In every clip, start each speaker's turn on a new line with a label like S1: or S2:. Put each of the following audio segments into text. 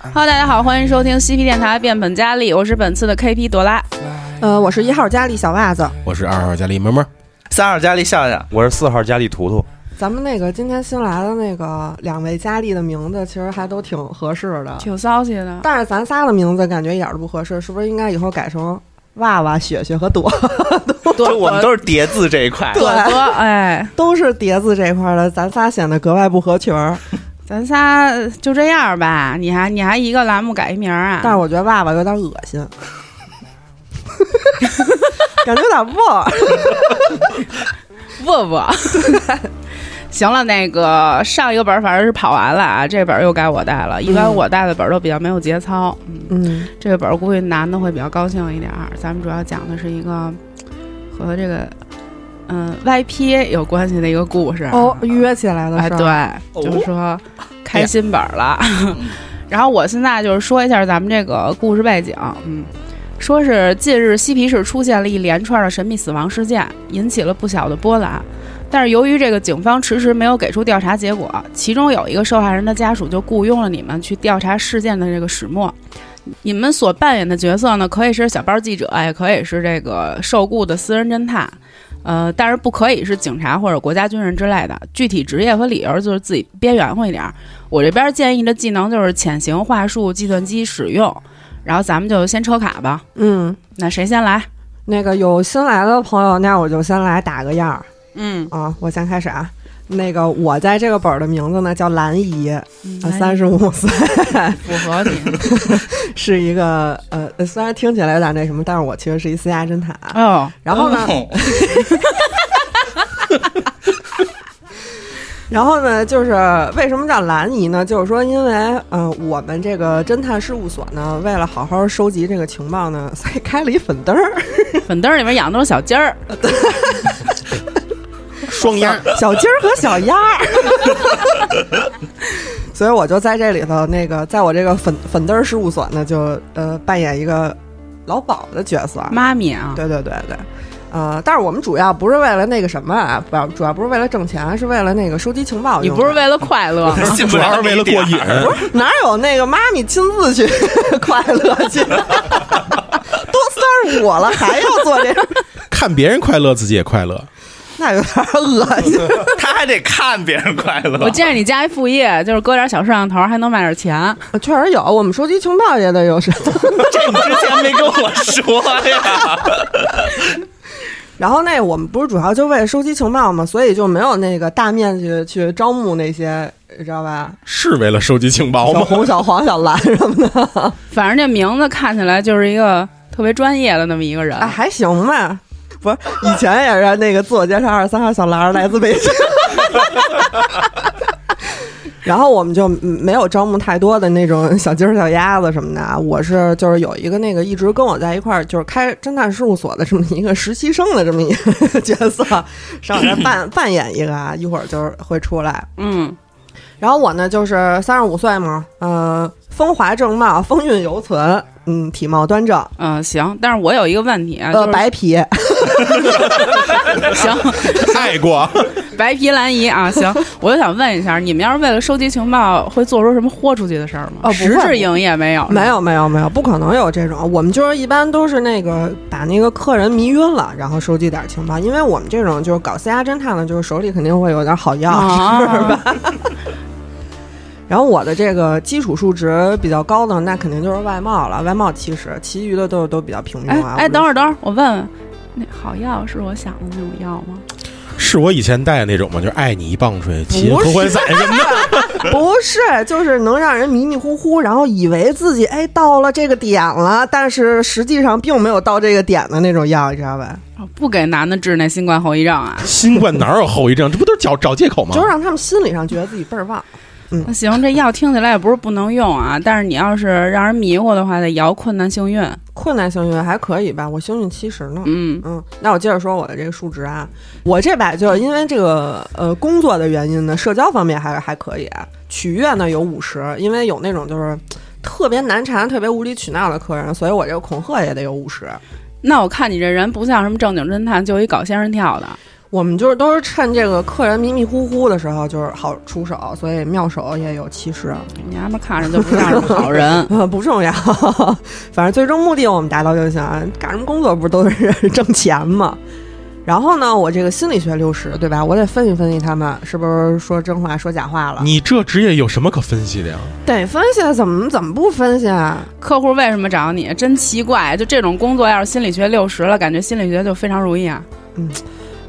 S1: Hello，大家好，欢迎收听 CP 电台变本加厉，我是本次的 KP 朵拉。
S2: 呃，我是一号佳丽小袜子。
S3: 我是二号佳丽萌萌，
S4: 三号佳丽笑笑，
S5: 我是四号佳丽图图，
S2: 咱们那个今天新来的那个两位佳丽的名字，其实还都挺合适的，
S1: 挺骚气的，
S2: 但是咱仨的名字感觉一点都不合适，是不是应该以后改成娃娃、雪雪和朵？
S4: 就我们都是叠字这一块。
S1: 朵朵，哎，
S2: 都是叠字这块儿的，咱仨显得格外不合群
S1: 啊
S2: 儿。
S1: 咱仨就这样吧。你还你还一个栏目改一名啊？
S2: 但是我觉得娃娃有点恶心，感觉有点 旺。
S1: 不 不，行了，那个上一个本儿反正是跑完了啊，这本儿又该我带了。一般
S2: 嗯
S1: 我带的本儿都比较没有节操，
S2: 嗯，
S1: 这个本儿估计男的会比较高兴一点儿。咱们主要讲的是一个和这个嗯 YP 有关系的一个故事。啊
S2: 哦，约起来的
S1: 哎，
S2: 事儿。
S1: 对，
S4: 哦
S1: 就是说开新本儿了。 然后我现在就是说一下咱们这个故事背景，嗯，说是近日嬉皮士出现了一连串的神秘死亡事件，引起了不小的波澜。但是由于这个警方迟迟没有给出调查结果，其中有一个受害人的家属就雇佣了你们去调查事件的这个始末。你们所扮演的角色呢，可以是小报记者，也可以是这个受雇的私人侦探，呃，但是不可以是警察或者国家军人之类的。具体职业和理由就是自己边缘化一点儿。我这边建议的技能就是潜行、话术、计算机使用。然后咱们就先抽卡吧。
S2: 嗯，
S1: 那谁先来？
S2: 那个有新来的朋友，那我就先来打个样儿。
S1: 嗯，
S2: 啊，我先开始啊。那个我在这个本儿的名字呢叫兰姨，啊，三
S1: 十
S2: 十五岁，
S1: 符合你。
S2: 是一个呃，呃虽然听起来有点那什么，但是我其实是一私家侦探。啊
S1: 哎呦，
S2: 然后呢，
S4: 嗯
S2: 然后呢，就是为什么叫兰姨呢？就是说，因为嗯、呃我们这个侦探事务所呢，为了好好收集这个情报呢， 所以开了一粉灯儿，
S1: 粉灯里面养的都是小鸡儿，
S3: 双 鸭
S2: 小鸡儿和小鸭儿。 所以我就在这里头，那个在我这个粉粉灯儿事务所呢，就呃扮演一个老鸨的角色。
S1: 妈咪啊，
S2: 对对对对，呃，但是我们主要不是为了那个什么啊，不要主要不是为了挣钱，是为了那个收集情报
S1: 你
S2: 用
S1: 不
S2: 的
S1: 是为了快乐吗？
S4: 进不
S3: 主要是为了过瘾，
S2: 哪有那个妈咪亲自去 快乐去？ 都三十五了还要做这种，
S3: 看别人快乐，自己也快乐。
S2: 那有点恶 心。
S4: 他还得看别人快乐。
S1: 我建议你加一副业，就是搁点小摄像头，还能卖点钱。
S2: 确实有，我们收集情报也得有什么。
S4: 这你之前没跟我说呀？
S2: 然后那我们不是主要就为了收集情报嘛，所以就没有那个大面积去招募那些，知道吧？
S3: 是为了收集情报
S2: 小
S3: 吗？
S2: 红、小黄、小蓝什么的。
S1: 反正这名字看起来就是一个特别专业的那么一个人。
S2: 哎，还行吧。不是，以前也是那个自我介绍二十三号小兰儿来自北京。 然后我们就嗯没有招募太多的那种小鸡儿、小鸭子什么的啊。我是就是有一个那个一直跟我在一块儿，就是开侦探事务所的这么一个实习生的这么一个角色， 上我这儿扮扮演一个啊，一会儿就是会出来。
S1: 嗯，
S2: 然后我呢就是三十五岁嘛，嗯、风华正茂，风韵犹存，嗯，体貌端正，
S1: 嗯，行，但是我有一个问题啊，
S2: 呃，
S1: 就是
S2: 白皮，
S1: 行，
S3: 太过，
S1: 白皮蓝姨啊， 行，我就想问一下，你们要是为了收集情报，会做出什么豁出去的事儿吗？
S2: 哦不会
S1: 实质营业没有，
S2: 没。有没有没有，不可能有这种。我们就是一般都是那个把那个客人迷晕了，然后收集点情报，因为我们这种就是搞私家侦探的，就是手里肯定会有点好药。
S1: 啊，
S2: 然后我的这个基础数值比较高的，那肯定就是外贸了，外贸七十，其余的都都比较平庸
S1: 哎
S2: 啊。
S1: 哎，等
S2: 会
S1: 会
S2: 儿
S1: 儿等会儿，我问问，那好药是我想的那种药吗？
S3: 是我以前戴的那种吗？就是爱你一棒槌，秦
S2: 不是
S3: 合欢散 什么的。
S2: 不是，就是能让人迷迷糊糊，然后以为自己哎到了这个点了，但是实际上并没有到这个点的那种药，你知道吧？
S1: 哦不给男的治那新冠后遗症啊？
S3: 新冠哪有后遗症？这不都是找找借口吗？
S2: 就是让他们心理上觉得自己倍儿旺。
S1: 那行，这药听起来也不是不能用啊，但是你要是让人迷糊的话，得摇困难幸运。
S2: 困难幸运还可以吧，我幸运七十呢。
S1: 嗯，
S2: 嗯，那我接着说我的这个数值啊，我这把就是因为这个呃工作的原因呢，社交方面还还可以啊，取悦呢有五十，因为有那种就是特别难缠、特别无理取闹的客人，所以我这个恐吓也得有五十。
S1: 那我看你这人不像什么正经侦探，就一搞仙人跳的。
S2: 我们就是都是趁这个客人迷迷糊糊的时候，就是好出手，所以妙手也有七十，。
S1: 娘们儿看着就不像是好人
S2: 呃， 不重要，反正最终目的我们达到就行。干什么工作不都是 挣钱吗？然后呢，我这个心理学六十，对吧？我得分析分析他们是不是说真话说假话了，
S3: 你这职业有什么可分析的呀？
S2: 得分析，啊怎么怎么不分析啊？
S1: 客户为什么找你？真奇怪！就这种工作，要是心理学六十了，感觉心理学就非常容易 啊。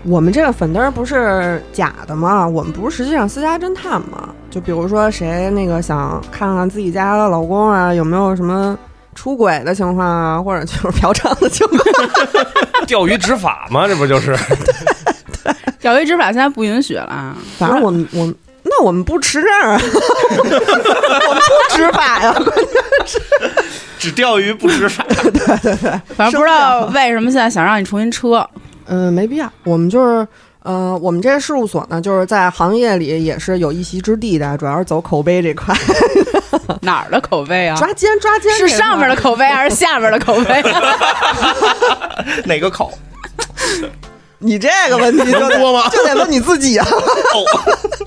S2: 我们这个粉灯不是假的吗？我们不是实际上私家侦探吗？就比如说谁那个想看看自己家的老公啊，有没有什么出轨的情况啊，或者就是嫖娼的情况，
S5: 钓鱼执法嘛，这不就是？
S1: 钓鱼执法现在不允许了啊，
S2: 反正我们我们那我们不持证 啊，我们不执法呀、
S4: 只钓鱼不执法，
S1: 反正不知道为什么现在想让你重新车。
S2: 嗯、没必要。我们就是，呃，我们这事务所呢，就是在行业里也是有一席之地的，主要是走口碑这块，
S1: 哪儿的口碑啊？
S2: 抓奸抓奸
S1: 是上面
S2: 的。
S1: 的口碑还是下面的口碑、
S4: 哪个口？
S2: 你这个问题就得就得问你自己啊。
S4: 哦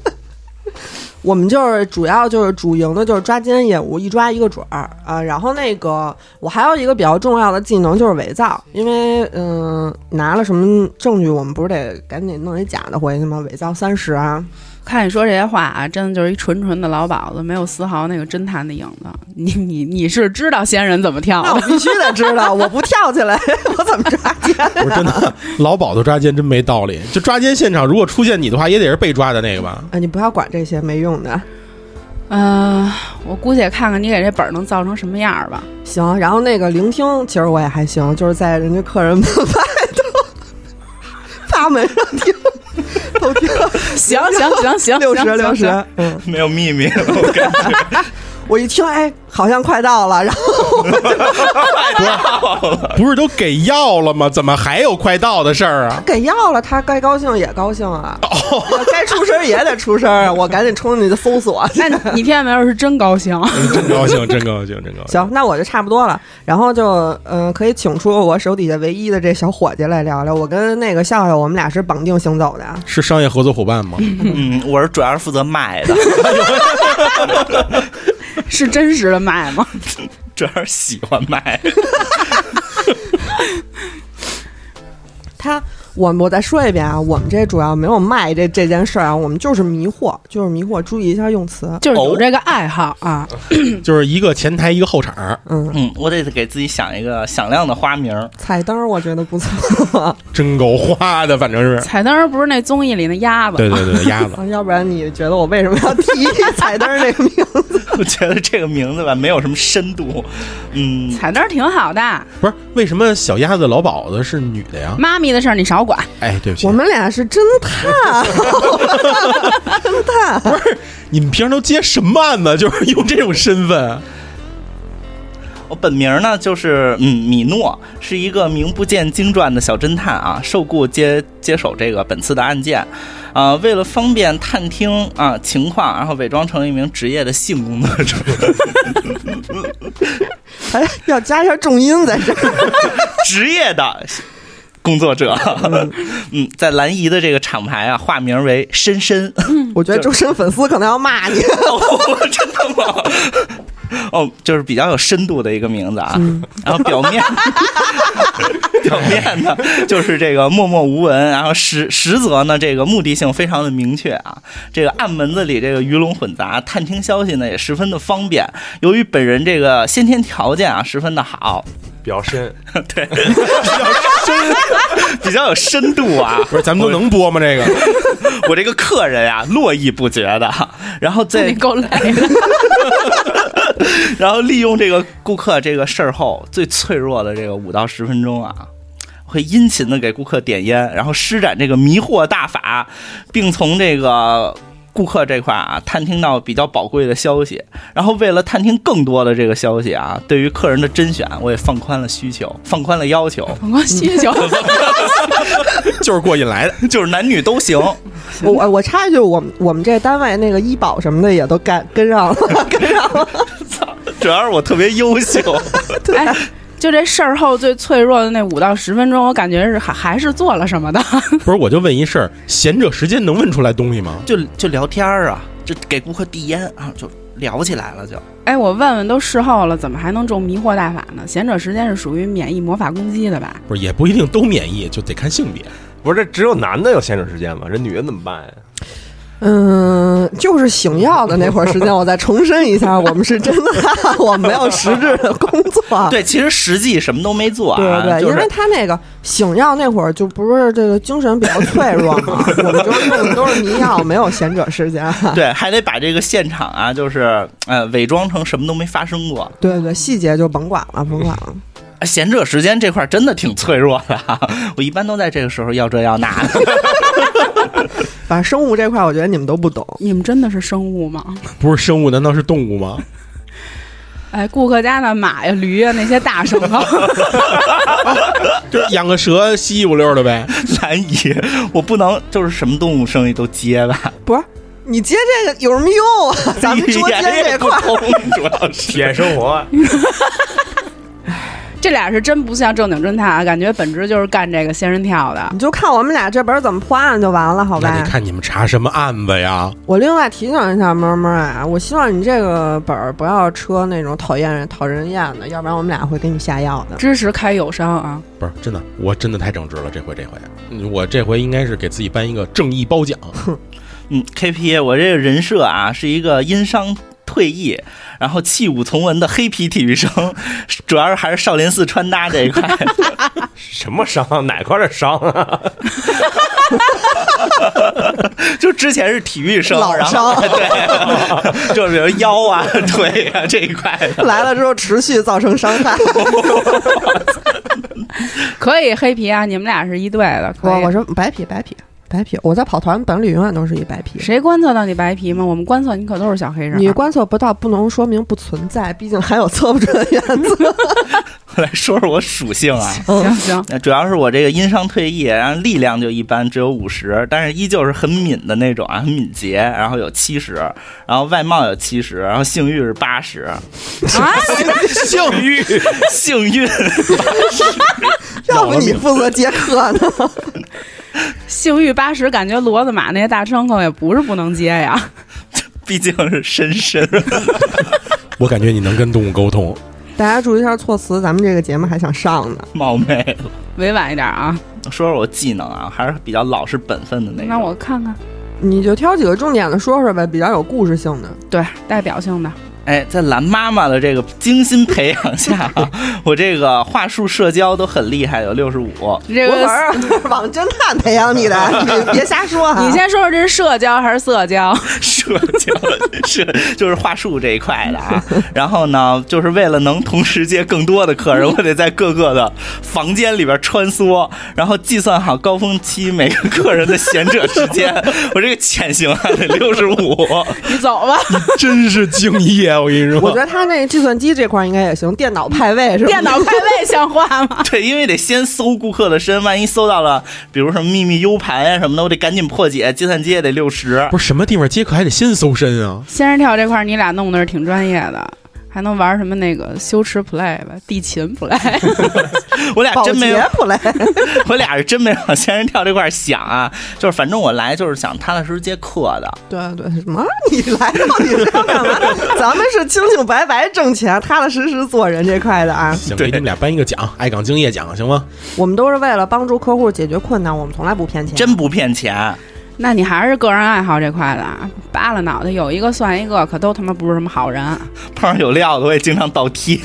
S2: 我们就是主要就是主营的就是抓奸业务，一抓一个准儿啊、然后那个我还有一个比较重要的技能就是伪造，因为嗯、拿了什么证据，我们不是得赶紧弄一假的回去吗？伪造三十啊，
S1: 看你说这些话啊，真的就是一纯纯的老鸨子，没有丝毫那个侦探的影子。你你你是知道仙人怎么跳
S2: 那我
S1: 的，
S2: 必须得知道，我不跳起来我怎么抓奸？
S3: 我真 的，老鸨子抓奸真没道理。就抓奸现场，如果出现你的话，也得是被抓的那个吧？
S2: 啊，你不要管这些没用的。
S1: 嗯、我估计也看看你给这本儿能造成什么样儿吧。
S2: 行，然后那个聆听，其实我也还行，就是在人家客人门 外头趴门上听，偷听
S1: 行行行行，
S2: 六十
S1: 行
S2: 六，
S1: 行行
S2: 十，嗯，
S4: 没有秘密了，我感觉
S2: 我一听，哎，好像快到了，然后
S4: 太大 了。
S3: 不是都给药了吗？怎么还有快到的事儿啊？
S2: 给药了，他该高兴也高兴啊，我该出声也得出声啊，我赶紧冲进去搜索。
S1: 那你你骗没有是真高兴，
S3: 真高兴，真高兴，真高兴！
S2: 行，那我就差不多了，然后就嗯、呃可以请出我手底下唯一的这小伙计来聊聊。我跟那个笑笑，我们俩是绑定行走的啊。
S3: 是商业合作伙 伴吗？
S4: 嗯，我是主要是负责卖的，
S1: 是真实的卖吗？
S4: 主要是喜欢卖。
S2: 他，我我再说一遍啊，我们这主要没有卖这这件事儿啊，我们就是迷惑，就是迷惑，注意一下用词。
S1: 就是有这个爱好啊，
S3: 就是一个前台，一个后场，
S2: 嗯，
S4: 嗯，我得给自己想一个响亮的花名儿。
S2: 彩灯儿我觉得不错，
S3: 真够花的，反正 是。
S1: 彩灯儿不是那综艺里那鸭子，
S3: 对对对，鸭子，
S2: 啊 要不然你觉得我为什么要提彩灯儿这个名字？
S4: 我觉得这个名字吧，没有什么深度。嗯，
S1: 彩灯儿挺好的。
S3: 不是为什么小鸭子老鸨子是女的呀？
S1: 妈咪的事儿你少管，
S3: 哎，对不起
S2: 嗯我，们俩是侦探，
S3: 你们平常都接什么案子？ 就是用这种身份，
S4: 我呃本名呢就是嗯米诺，是一个名不见经传的小侦探啊，受雇接接手这个本次的案件。啊、为了方便探听啊、情况，然后伪装成一名职业的性工作者，
S2: 哎，要加一下重音在这儿。
S4: 职业的工作者。嗯，在兰姨的这个厂牌啊，化名为深深。
S2: 我觉得周深粉丝可能要骂你。
S4: 哦，真的吗？哦，就是比较有深度的一个名字啊。
S1: 嗯
S4: 然后表 面表面呢，就是这个默默无闻，然后实实则呢，这个目的性非常的明确啊。这个暗门子里这个鱼龙混杂，探听消息呢也十分的方便。由于本人这个先天条件啊十分的好，
S5: 比较深，
S4: 对，比较深，比较有深度啊。
S3: 不是咱们都能播吗？这个
S4: 我这个客人啊，络绎不绝的。然后
S1: 那
S4: 在
S1: 你够累的。
S4: 然后利用这个顾客这个事儿后最脆弱的这个五到十分钟啊，会殷勤的给顾客点烟，然后施展这个迷惑大法，并从这个顾客这块啊探听到比较宝贵的消息。然后为了探听更多的这个消息啊，对于客人的甄选，我也放宽了需求，放宽了要求，
S1: 我需求，
S3: 就是过瘾来的。
S4: 就是男女都行。
S2: 我 我我插一句，我们我们这单位那个医保什么的也 都干跟上了，跟上了。
S4: 主要是我特别优秀，
S1: 哎，就这事儿后最脆弱的那五到十分钟，我感觉是还还是做了什么的。
S3: 不是，我就问一事儿，闲者时间能问出来东西吗？
S4: 就就聊天儿啊，就给顾客递烟啊，就聊起来了就。
S1: 哎，我问问，都事后了，怎么还能中迷惑大法呢？贤者时间是属于免疫魔法攻击的吧？
S3: 不是，也不一定都免疫，就得看性别。
S5: 不是这只有男的有闲着时间吗？这女的怎么办呀？
S2: 嗯，就是醒药的那会儿时间，我再重申一下，我们是真的， 我没有实质的工作。
S4: 对，其实实际什么都没做、啊，
S2: 对对对，
S4: 就
S2: 因为
S4: 是
S2: 他那个醒药那会儿就不是这个精神比较脆弱 嘛，我们就是用的都是迷药，没有闲者时间。
S4: 对，还得把这个现场啊，就是呃伪装成什么都没发生过。
S2: 对对，细节就甭管了，甭管了。
S4: 啊闲者时间这块儿真的挺脆弱的、 啊，我一般都在这个时候要这要那的。
S2: 反正生物这块，我觉得你们都不懂。
S1: 你们真的是生物吗？
S3: 不是生物，难道是动 物吗？
S1: 哎，顾客家的马呀、驴呀那些大啊牲 口，
S3: 就是养个蛇，稀里五溜的呗。
S4: 难以，我不能就是什么动物生意都接吧？
S2: 不是你接这个有什么用啊？ 咱们捉奸这块
S4: 不
S2: 儿，
S4: 通，主要是
S5: 体验生活，
S1: 这俩是真不像正经侦探啊，感觉本质就是干这个仙人跳的。
S2: 你就看我们俩这本儿怎么破案就完了，好
S3: 那
S2: 吧
S3: 得？看你们查什么案子呀？
S2: 我另外提醒一下猫猫啊，我希望你这个本儿不要车那种讨厌人、讨人厌的，要不然我们俩会给你下药的。
S1: 支持开友商啊，
S3: 不是真的，我真的太正直了，这回这回，嗯我这回应该是给自己颁一个正义褒奖。
S4: 嗯，KP，我这个人设啊是一个因伤退役，然后弃武从文的黑皮体育生， 主要是还是少林寺穿搭这一块。
S5: 什么伤？哪块的伤啊？
S4: 就之前是体育生，
S2: 老
S4: 然后对， 就是比如腰啊、腿啊这一块的。
S2: 来了之后持续造成伤害，
S1: 可以黑皮啊，你们俩是一对的，可
S2: 我
S1: 以
S2: 我。是白皮白皮白皮，我在跑团本里永远都是一白皮。
S1: 谁观测到你白皮吗？我们观测你可都是小黑人啊。
S2: 你观测不到，不能说明不存在，毕竟还有测不准的原则。
S4: 来说说我属性啊，
S1: 行行，
S4: 那主要是我这个因伤退役，然后力量就一般，只有五十，但是依旧是很敏的那种啊，很敏捷，然后有七十，然后外貌有七十，然后性欲是八十，
S1: 啊，
S5: 性欲，
S4: 幸运
S2: 要不你负责接客呢？
S1: 性欲八十，感觉骡子马那些大牲口也不是不能接呀。
S4: 毕竟是深深，
S3: 我感觉你能跟动物沟通，
S2: 大家注意一下措辞，咱们这个节目还想上呢。
S4: 冒昧了。
S1: 委婉一点啊，
S4: 说说我技能啊，还是比较老实本分的那种。
S1: 那我看看，
S2: 你就挑几个重点的说说呗，比较有故事性的。
S1: 对，代表性的，
S4: 哎，在蓝妈妈的这个精心培养下啊，我这个话术、社交都很厉害，有六十五。
S1: 这
S2: 博文
S1: 个
S2: 儿啊 网侦探培养你的，你别瞎说啊！
S1: 你先说说这是社交还是色交？
S4: 社交是就是话术这一块的啊。然后呢，就是为了能同时接更多的客人，我得在各个的房间里边穿梭，然后计算好高峰期每个客人的闲者时间。我这个潜行啊，得六十五，
S1: 你走 吧，
S3: 真是敬业。我跟你
S2: 我觉，得他那计算机这块儿应该也行，电脑派位是吧？
S1: 电脑派位像话吗？
S4: 对，因为得先搜顾客的身，万一搜到了，比如什么秘密 U 盘啊什么的，我得赶紧破解。计算机也得六十。
S3: 不是什么地方接客还得先搜身啊？
S1: 仙人跳这块儿你俩弄的是挺专业的，还能玩什么那个羞耻 play 吧，地勤 play，
S4: 我俩
S2: 保
S4: 真没有
S2: 洁不来，
S4: 我俩是真没往仙人跳这块儿想啊，就是反正我来就是想踏踏实实接客的。
S2: 对对，什么？你来到底是要干嘛？咱们是清清白白挣钱，踏踏实实做人这块的啊。
S3: 行，给
S4: 对
S3: 你们俩颁一个奖，爱岗敬业奖，行吗？
S2: 我们都是为了帮助客户解决困难，我们从来不骗钱。
S4: 真不骗钱，
S1: 那你还是个人爱好这块的，啊，扒拉脑袋有一个算一个，可都他妈不是什么 好人。
S4: 碰上有料的我也经常倒贴，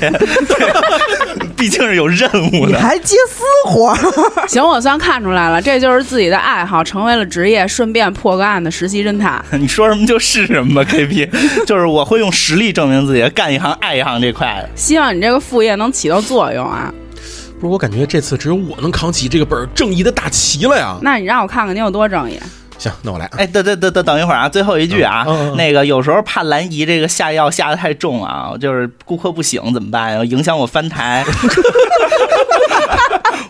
S4: 对毕竟是有任务
S2: 你
S4: 的。
S2: 还接私活儿？
S1: 行，我算看出来了，这就是自己的爱好成为了职业，顺便破个案的实习侦探。
S4: 你说什么就是什么吧，KP，就是我会用实力证明自己，干一行爱一行这块的。
S1: 希望你这个副业能起到作用啊！
S3: 不是，我感觉这次只有我能扛起这个本儿正义的大旗了呀。
S1: 那你让我看看你有多正义。
S3: 行，那我来啊。
S4: 哎，等等等等等一会儿啊，最后一句啊，
S3: 嗯嗯嗯
S4: 那个有时候怕兰姨这个下药下的太重啊，就是顾客不醒怎么办呀？影响我翻 台。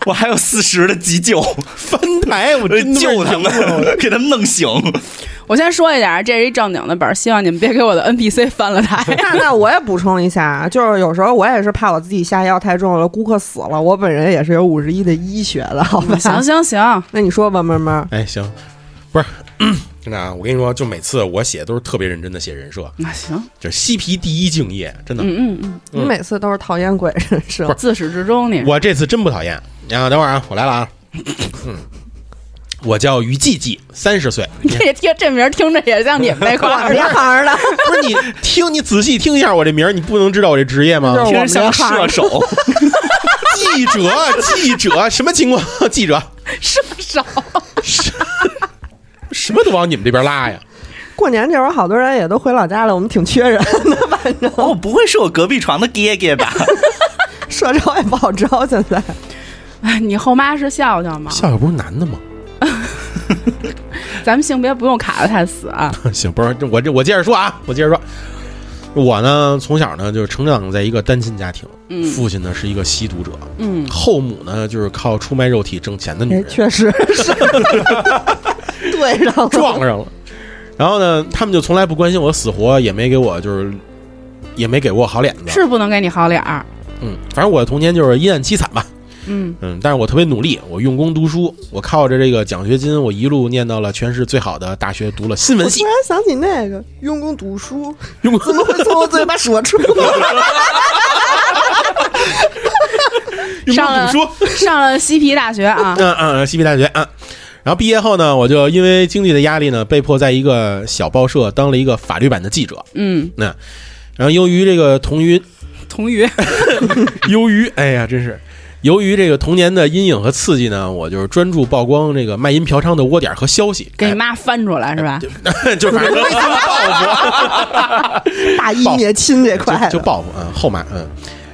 S4: 我还有四十的急救，
S3: 哎翻台，我
S4: 我得
S3: 真的
S4: 救他
S3: 想
S4: 们，给他们弄醒。
S1: 我先说一下，这是一正经的本儿，希望你们别给我的 NPC 翻了台。
S2: 那那我也补充一下，就是有时候我也是怕我自己下药太重了，顾客死了。我本人也是有五十一的医学的，好吧？
S1: 行行啊行，
S2: 那你说吧，妹妹儿。
S3: 哎，行，不是。真的啊，我跟你说，就每次我写都是特别认真的写人设，
S1: 那行，
S3: 就是嬉皮第一敬业，真的。
S1: 嗯嗯嗯，
S2: 你每次都是讨厌鬼人设，
S1: 自始至终你
S3: 我这次真不讨厌。啊，等会儿啊，我来了啊。嗯，我叫于季季，三十岁。你
S1: 这听这名儿听着也像你们那块
S2: 我
S1: 儿
S2: 们
S1: 的。
S2: 这行的，
S3: 不是你听，你仔细听一下我这名儿，你不能知道我这职业吗？
S2: 就是我
S4: 听
S2: 们这
S4: 着像
S2: 行
S4: 射
S2: 儿。
S4: 手，
S3: 记者，记者，什么情况？记者，
S1: 射 手，
S3: 什么都往你们这边拉呀？
S2: 过年这会儿好多人也都回老家了，我们挺缺人的，反正
S4: 哦，不会是我隔壁床的爹爹吧？
S2: 社招也不好招，现在
S1: 哎你后妈是笑笑吗？
S3: 笑笑不是男的吗？
S1: 咱们性别不用卡的太死啊。
S3: 行，不是这我这我接着说啊，我接着说。我呢，从小呢就是成长在一个单亲家庭，
S1: 嗯
S3: 父亲呢是一个吸毒者，
S1: 嗯，
S3: 后母呢就是靠出卖肉体挣钱的女
S2: 哎，
S3: 人，
S2: 确实是 对上了，
S3: 撞上了。然后呢，他们就从来不关心我死活，也没给我就是也没给我好脸子。
S1: 是不能给你好脸儿。
S3: 嗯，反正我的童年就是阴暗凄惨吧。
S1: 嗯，
S3: 嗯，但是我特别努力，我用功读书，我靠着这个奖学金，我一路念到了全市最好的大学，读了新
S2: 我
S3: 闻系
S2: 突。然想起那个用功读 书，
S3: 用
S2: 怎么会从我嘴巴说出来？
S3: 用
S1: 上了
S3: 功读书，
S1: 上了西皮大学 啊，
S3: 嗯嗯，嗯西北大学啊。然后毕业后呢，我就因为经济的压力呢，被迫在一个小报社当了一个法律版的记者。
S1: 嗯，
S3: 然后由于这个童于
S1: 同于
S3: 由于哎呀，真是由于这个童年的阴影和刺激呢，我就是专注曝光这个卖淫嫖娼的窝点和消息，
S1: 给你妈翻出来是吧？
S3: 哎就反正就
S2: 大义灭亲这块
S3: 就报复嗯后妈嗯。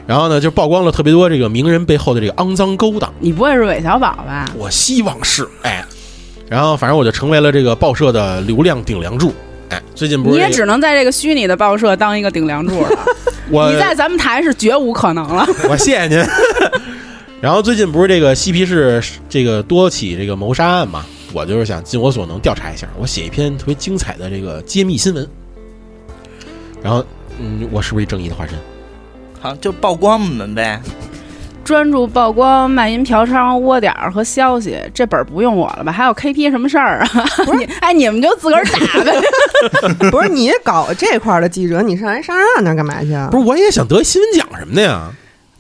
S3: 然后呢，就曝光了特别多这个名人背后的这个肮脏勾当。
S1: 你不会是韦小宝吧？
S3: 我希望是哎，然后反正我就成为了这个报社的流量顶梁柱。哎，最近不
S1: 你
S3: 是这
S1: 也
S3: 个
S1: 只能在这个虚拟的报社当一个顶梁柱了。
S3: 我
S1: 你在咱们台是绝无可能 了。
S3: 我谢谢您。然后最近不是这个西皮市这个多起这个谋杀案嘛，我就是想尽我所能调查一下，我写一篇特别精彩的这个揭秘新闻。然后，嗯，我是不是一正义的化身？
S4: 好，啊就曝光我们呗。
S1: 专注曝光卖淫嫖娼窝点儿和消息，这本儿不用我了吧？还有 KP 什么事儿啊？ 你哎，你们就自个儿打呗。
S2: 不是你搞这块儿的记者，你上人上岸那儿干嘛去啊？
S3: 不是，我也想得新闻奖什么的呀。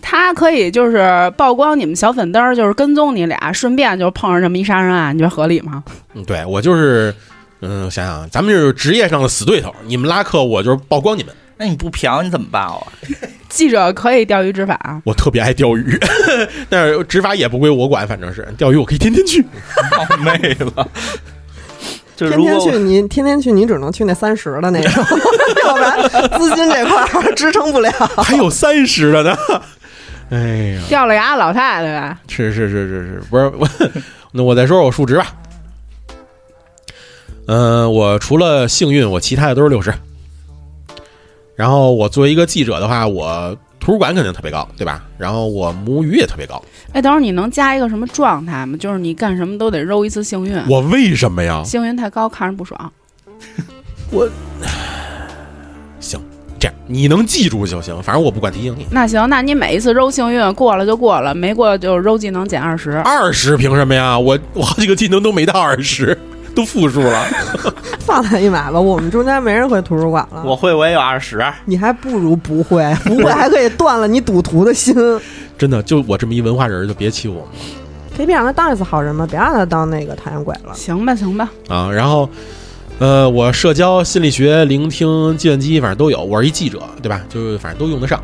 S1: 他可以就是曝光你们小粉灯儿，就是跟踪你俩，顺便就碰上这么一杀人案，你觉得合理吗？
S3: 嗯，对我就是，嗯，我想想啊，咱们就是职业上的死对头，你们拉客，我就是曝光你们。
S4: 那你不嫖你怎么办啊？
S1: 记者可以钓鱼执法，啊
S3: 我特别爱钓鱼， 但是执法也不归我管，反正是钓鱼我可以天天去。
S4: 冒昧了。就是
S2: 天
S4: 如
S2: 天
S4: 果
S2: 去
S4: 我
S2: 你天天去你只能去那三十的那种， 要不然资金这块儿支撑不了。
S3: 还有三十的呢， 哎呀。
S1: 钓了牙老太太呗。
S3: 是是是是是，不是 我，那我再说说我数值吧。嗯、我除了幸运，我其他的都是六十。然后我作为一个记者的话，我图书馆肯定特别高，对吧？然后我母语也特别高。
S1: 哎，等会儿你能加一个什么状态吗？就是你干什么都得揉一次幸运，
S3: 我为什么呀？
S1: 幸运太高看着不爽。
S3: 行，这样你能记住就行，反正我不管提醒你。
S1: 那行，那你每一次揉幸运过了就过了，没过就揉技能减二十。
S3: 二十凭什么呀？我我好几个技能都没到二十，都负数了。
S2: 放他一马吧，我们中间没人回图书馆了。
S4: 我会，我也有二十。
S2: 你还不如不会，不会还可以断了你赌徒的心。
S3: 真的，就我这么一文化人，就别欺负我。
S2: 可以别让他当一次好人吗？别让他当那个讨厌鬼了。
S1: 行吧，行吧，
S3: 啊，然后，呃，我社交、心理学、聆听、计算机，反正都有。我是一记者，对吧？就是反正都用得上。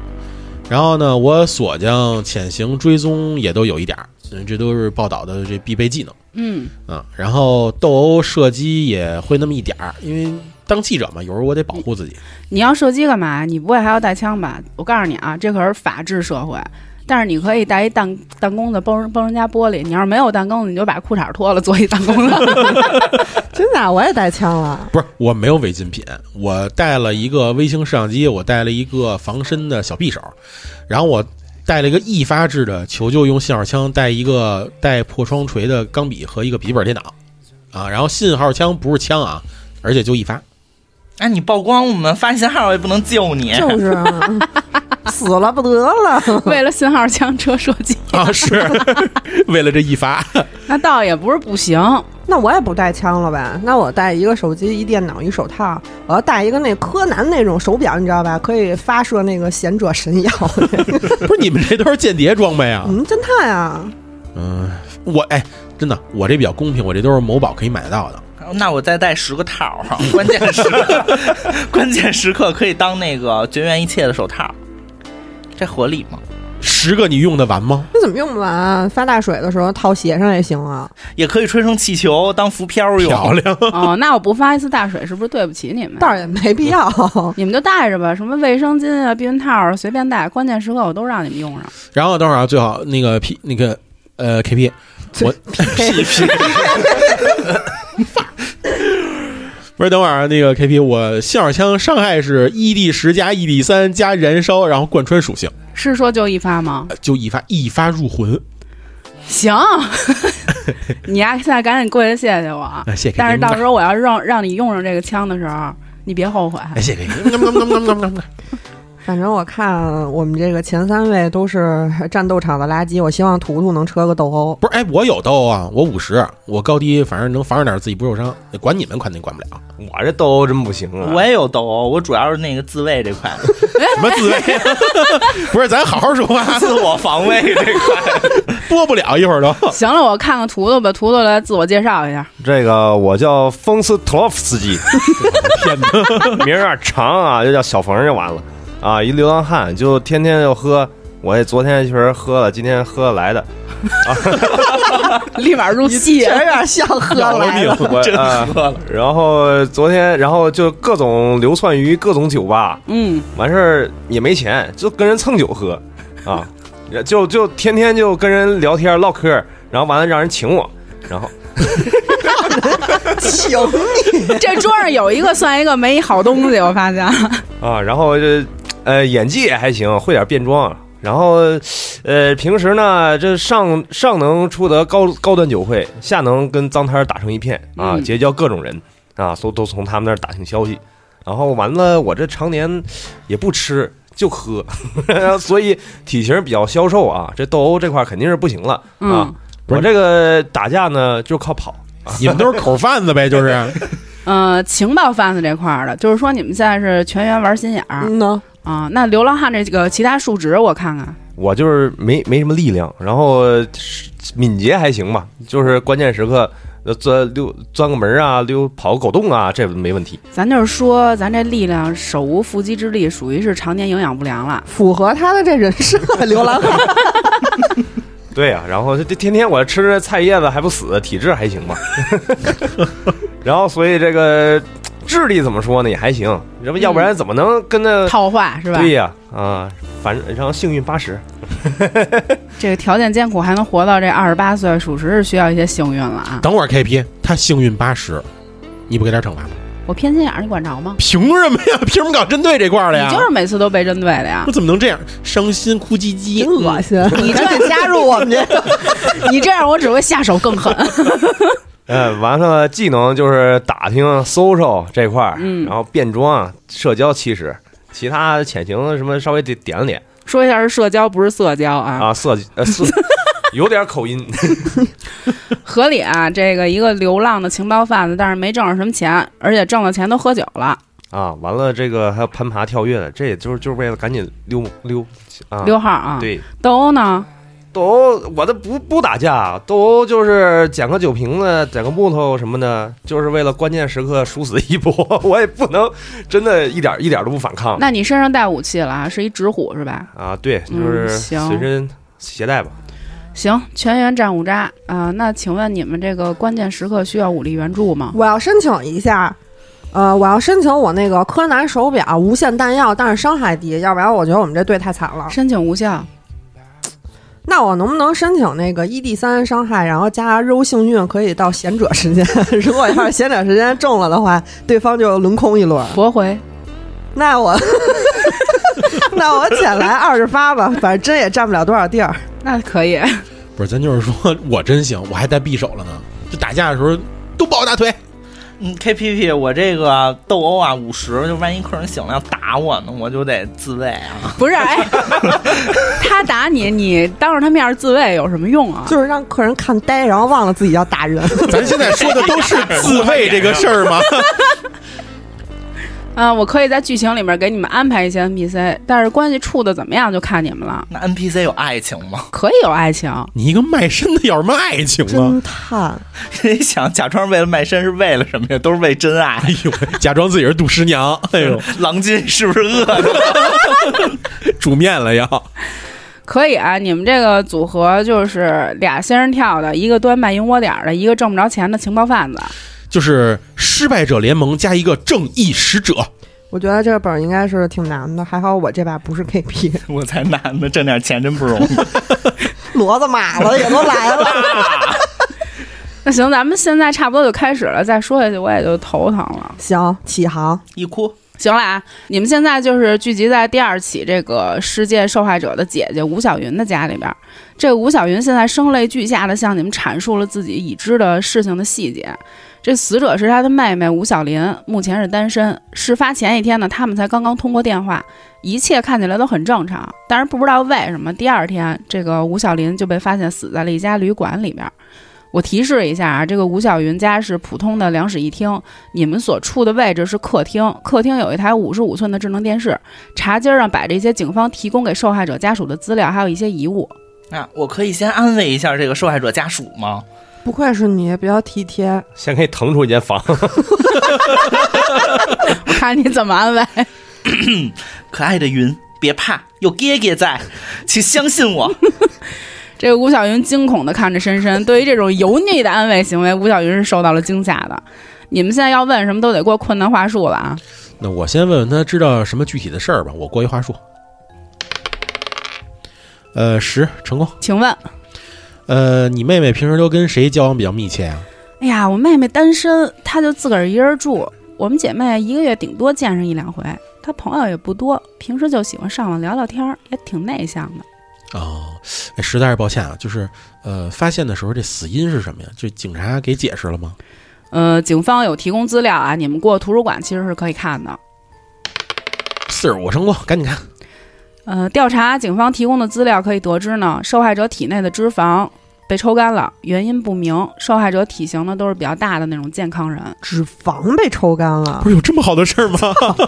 S3: 然后呢，我锁匠、潜行、追踪也都有一点儿，嗯，这都是报道的这必备技能
S1: 嗯，
S3: 啊。然后斗殴、射击也会那么一点儿，因为当记者嘛，有时候我得保护自己。
S1: 你要射击干嘛？你不会还要带枪吧？我告诉你啊，这可是法治社会。但是你可以带一弹弹弓子崩人崩人家玻璃，你要是没有弹弓子，你就把裤衩脱了 做一弹弓子。
S2: 真的啊，我也带枪 了。
S3: 不是，我没有违禁品，我带了一个微型摄像机，我带了一个防身的小匕首，然后我带了一个易发制的求救用信号枪，带一个带破窗锤的钢笔和一个笔记本电脑，啊，然后信号枪不是枪啊，而且就一发。
S4: 哎，你曝光我们发信号也不能救你，
S2: 就是啊，死了不得了。
S1: 为了信号枪车射击，
S3: 啊，是为了这一发，
S1: 那倒也不是不行。哦
S2: 那我也不带枪了呗？那我带一个手机、一电脑、一手套，我要带一个那柯南那种手表，你知道吧？可以发射那个贤者神药。
S3: 不是你们这都是间谍装备啊
S2: 我？们侦探啊，
S3: 嗯，我哎，真的，我这比较公平，我这都是某宝可以买得到的。
S4: 那我再带十个套儿，关键时刻 关键时刻可以当那个绝缘一切的手套，这合理吗？
S3: 十个你用得完吗？
S2: 那怎么用不完啊？发大水的时候套鞋上也行啊。
S4: 也可以吹成气球当浮漂
S3: 漂
S4: 用，
S3: 亮，
S1: 哦，那我不发一次大水，是不是对不起你们？
S2: 倒是也没必要。
S1: 你们就带着吧，什么卫生巾啊、避孕套啊，随便带，关键时刻我都让你们用上。
S3: 然后等会儿啊，最好那个 P 那个呃 KP，我 P P，不是等会儿啊那个 KP，我信号枪伤害是 ED 十加 ED 三加燃烧，然后贯穿属性，
S1: 是说就一发吗？
S3: 呃就一发一发入魂。
S1: 行，你呀、现在赶紧跪下谢谢我啊。
S3: 哎，谢谢 KP，
S1: 但是到时候我要让让你用上这个枪的时候，你别后悔。
S3: 哎，谢谢 KP，
S2: 反正我看我们这个前三位都是战斗场的垃圾，我希望图图能车个斗殴。
S3: 不是哎，我有兜啊，我五十，我高低反正能防着点自己不受伤，管你们管定管不了。
S5: 我这斗殴真不行啊！
S4: 我也有斗殴，我主要是那个自卫这块，
S3: 什么啊自卫？ 不是，咱好好说话，
S4: 自我防卫这块。
S3: 播不了一会 儿都。
S1: 行了，我看看图图吧，图图来自我介绍一下。
S5: 这个我叫丰斯特洛夫斯基，
S3: 天哪！
S5: 名儿有点长啊，就叫小冯就完了啊，一流浪汉，就天天就喝。我也昨天确实喝了，今天喝来的，
S1: 立马入戏
S2: 确，实有点像 喝
S3: 要了
S2: 来
S3: 命
S2: 了，
S5: 我
S4: 真
S5: 啊
S4: 喝了，
S5: 然后昨天，然后就各种流窜于各种酒吧，
S1: 嗯，
S5: 完事儿也没钱，就跟人蹭酒喝，啊，就就天天就跟人聊天唠嗑，然后完了让人请我，然后
S2: 行，
S1: 这桌上有一个算一个，没一好东西，我发现。
S5: 啊，然后这呃演技也还行，会点变装，啊然后呃平时呢这上上能出得高高端酒会，下能跟脏摊儿打成一片啊，
S1: 嗯
S5: 结交各种人啊，都都从他们那儿打听消息，然后完了我这常年也不吃。就喝， 所以体型比较消瘦啊。这斗殴这块儿肯定是不行了啊
S1: 嗯。
S3: 不是
S5: 我这个打架呢，就靠跑。
S3: 你们都是口贩子呗，就是
S1: 呃，情报贩子这块儿的，就是说你们现在是全员玩心眼儿
S2: 嗯呢，
S1: 啊。那流浪汉这个其他数值我看看，
S5: 我就是没没什么力量，然后呃敏捷还行吧，就是关键时刻呃钻溜钻个门啊，溜跑个狗洞啊，这没问题。
S1: 咱就是说咱这力量手无缚鸡之力，属于是常年营养不良了。
S2: 符合他的这人设，流浪汉。
S5: 对呀、然后这这天天我吃着菜叶子还不死，体质 还行吧。然后所以这个智力怎么说呢，也还行，要不要不然怎么能跟那、
S1: 嗯套话是吧？
S5: 呃对呀啊、反正然后幸运八十，
S1: 这个条件艰苦还能活到这二十八岁，属实是需要一些幸运了啊！
S3: 等会儿 KP，他幸运八十，你不给点惩罚吗？
S1: 我偏心眼儿，你管着吗？
S3: 凭什么呀？ 凭什么搞针对这块儿的呀？
S5: 啊
S1: 你就是每次都被针对的呀
S3: 我！怎么能这样？伤心哭唧唧
S2: 真，恶心！
S1: 你这样加入我们这个，你这样我只会下手更狠。
S5: 呃，完了技能就是打听 social 这块儿，
S1: 嗯
S5: 然后变装社交七十，其他潜行什么稍微得点了点。
S1: 说一下是社交，不是色交啊，
S5: 啊，色呃色， 有点口音，
S1: 合理啊！这个一个流浪的情报贩子，但是没挣着什么钱，而且挣了钱都喝酒了，
S5: 啊，完了这个还有攀爬跳跃的，这也就是就是为了赶紧溜溜啊
S1: 溜号啊！
S5: 对，啊
S1: 斗殴呢？
S5: 斗殴我这不不打架，斗殴就是捡个酒瓶子、捡个木头什么的，就是为了关键时刻殊死一搏。 我也不能真的一点一点都不反抗
S1: 那你身上带武器了啊，是一纸虎是吧？
S5: 啊，对，就
S1: 嗯
S5: 是
S1: 行
S5: 随身携带吧。
S1: 行，全员战五渣啊、那请问你们这个关键时刻需要武力援助吗？
S2: 我要申请一下，呃，我要申请我那个柯南手表无限弹药，但是伤害低，要不然我觉得我们这队太惨了。
S1: 申请无效。
S2: 那我能不能申请那个一 d 三伤害，然后加肉幸运可以到贤者时间？ 如果要是贤者时间中了的话，对方就轮空一轮。
S1: 驳回。
S2: 那我 那我捡来二十八吧，反正真也占不了多少地儿。
S1: 那可以，
S3: 不是？咱就是说我真行，我还带匕首了呢。这打架的时候都抱我大腿，
S4: 嗯，KPP，我这个斗殴啊，五十，就万一客人醒了要打我呢，我就得自卫啊。
S1: 不是，哎， 他打你，你当着他面自卫有什么用啊？
S2: 就是让客人看呆，然后忘了自己要打人。
S3: 咱现在说的都是自卫这个事儿吗？
S1: 啊、我可以在剧情里面给你们安排一些 NPC，但是关系处的怎么样就看你们了。
S4: 那 NPC 有爱情吗？
S1: 可以有爱情，
S3: 你一个卖身的要什么爱情啊
S2: 侦？探，
S4: 你想，假装为了卖身是为了什么呀？都是为真 爱。
S3: 哎呦，假装自己是杜十娘，哎呦，
S4: 郎君是不是饿 了？
S3: 煮面了要。
S1: 可以啊。你们这个组合就是俩仙人跳的，一个端卖淫窝点儿的，一个挣不着钱的情报贩子。
S3: 就是失败者联盟加一个正义使者，
S2: 我觉得这本儿应该是挺难的，还好我这把不是 KP。
S4: 我才男的，挣点钱真不容易。
S2: 骡子马 了也都来了，
S1: 那行，咱们现在差不多就开始了，再说下去我也就头疼了。
S2: 行，起航。
S4: 一哭，
S1: 行了啊，你们现在就是聚集在第二起这个世界受害者的姐姐吴小云的家里边儿。这个吴小云现在声泪俱下的向你们阐述了自己已知的事情的细节。这死者是她的妹妹吴小林，目前是单身。事发前一天呢，他们才刚刚通过电话，一切看起来都很正常。但是不知道为什么，第二天这个吴小林就被发现死在了一家旅馆里边儿。我提示一下啊，这个吴小云家是普通的两室一厅，你们所处的位置是客厅，客厅有一台五十五寸的智能电视，茶几上摆着一些警方提供给受害者家属的资料，还有一些遗物。
S4: 啊，我可以先安慰一下这个受害者家属吗？
S2: 不愧是你，比较体贴。
S5: 先给你腾出一间房，
S1: 我看你怎么安慰。
S4: 可爱的云，别怕，有爹爹在，请相信我。
S1: 这个吴小云惊恐地看着深深，对于这种油腻的安慰行为，吴小云是受到了惊吓的。你们现在要问什么都得过困难话术了啊！
S3: 那我先问问他知道什么具体的事儿吧，我过一话术。呃，十成功。
S1: 请问，
S3: 呃，你妹妹平时都跟谁交往比较密切啊？
S1: 哎呀，我妹妹单身，她就自个儿一人住，我们姐妹一个月顶多见上一两回，她朋友也不多，平时就喜欢上网聊聊天儿，也挺内向的。
S3: 哦，哎实在是抱歉啊，就是呃，发现的时候这死因是什么呀？这警察给解释了吗？
S1: 呃，警方有提供资料啊，你们过图书馆其实是可以看的。
S3: 四十五成功，赶紧看。
S1: 呃，调查警方提供的资料可以得知呢，受害者体内的脂肪被抽干了，原因不明。受害者体型呢都是比较大的那种健康人。
S2: 脂肪被抽干了
S3: 不，是有这么好的事儿吗？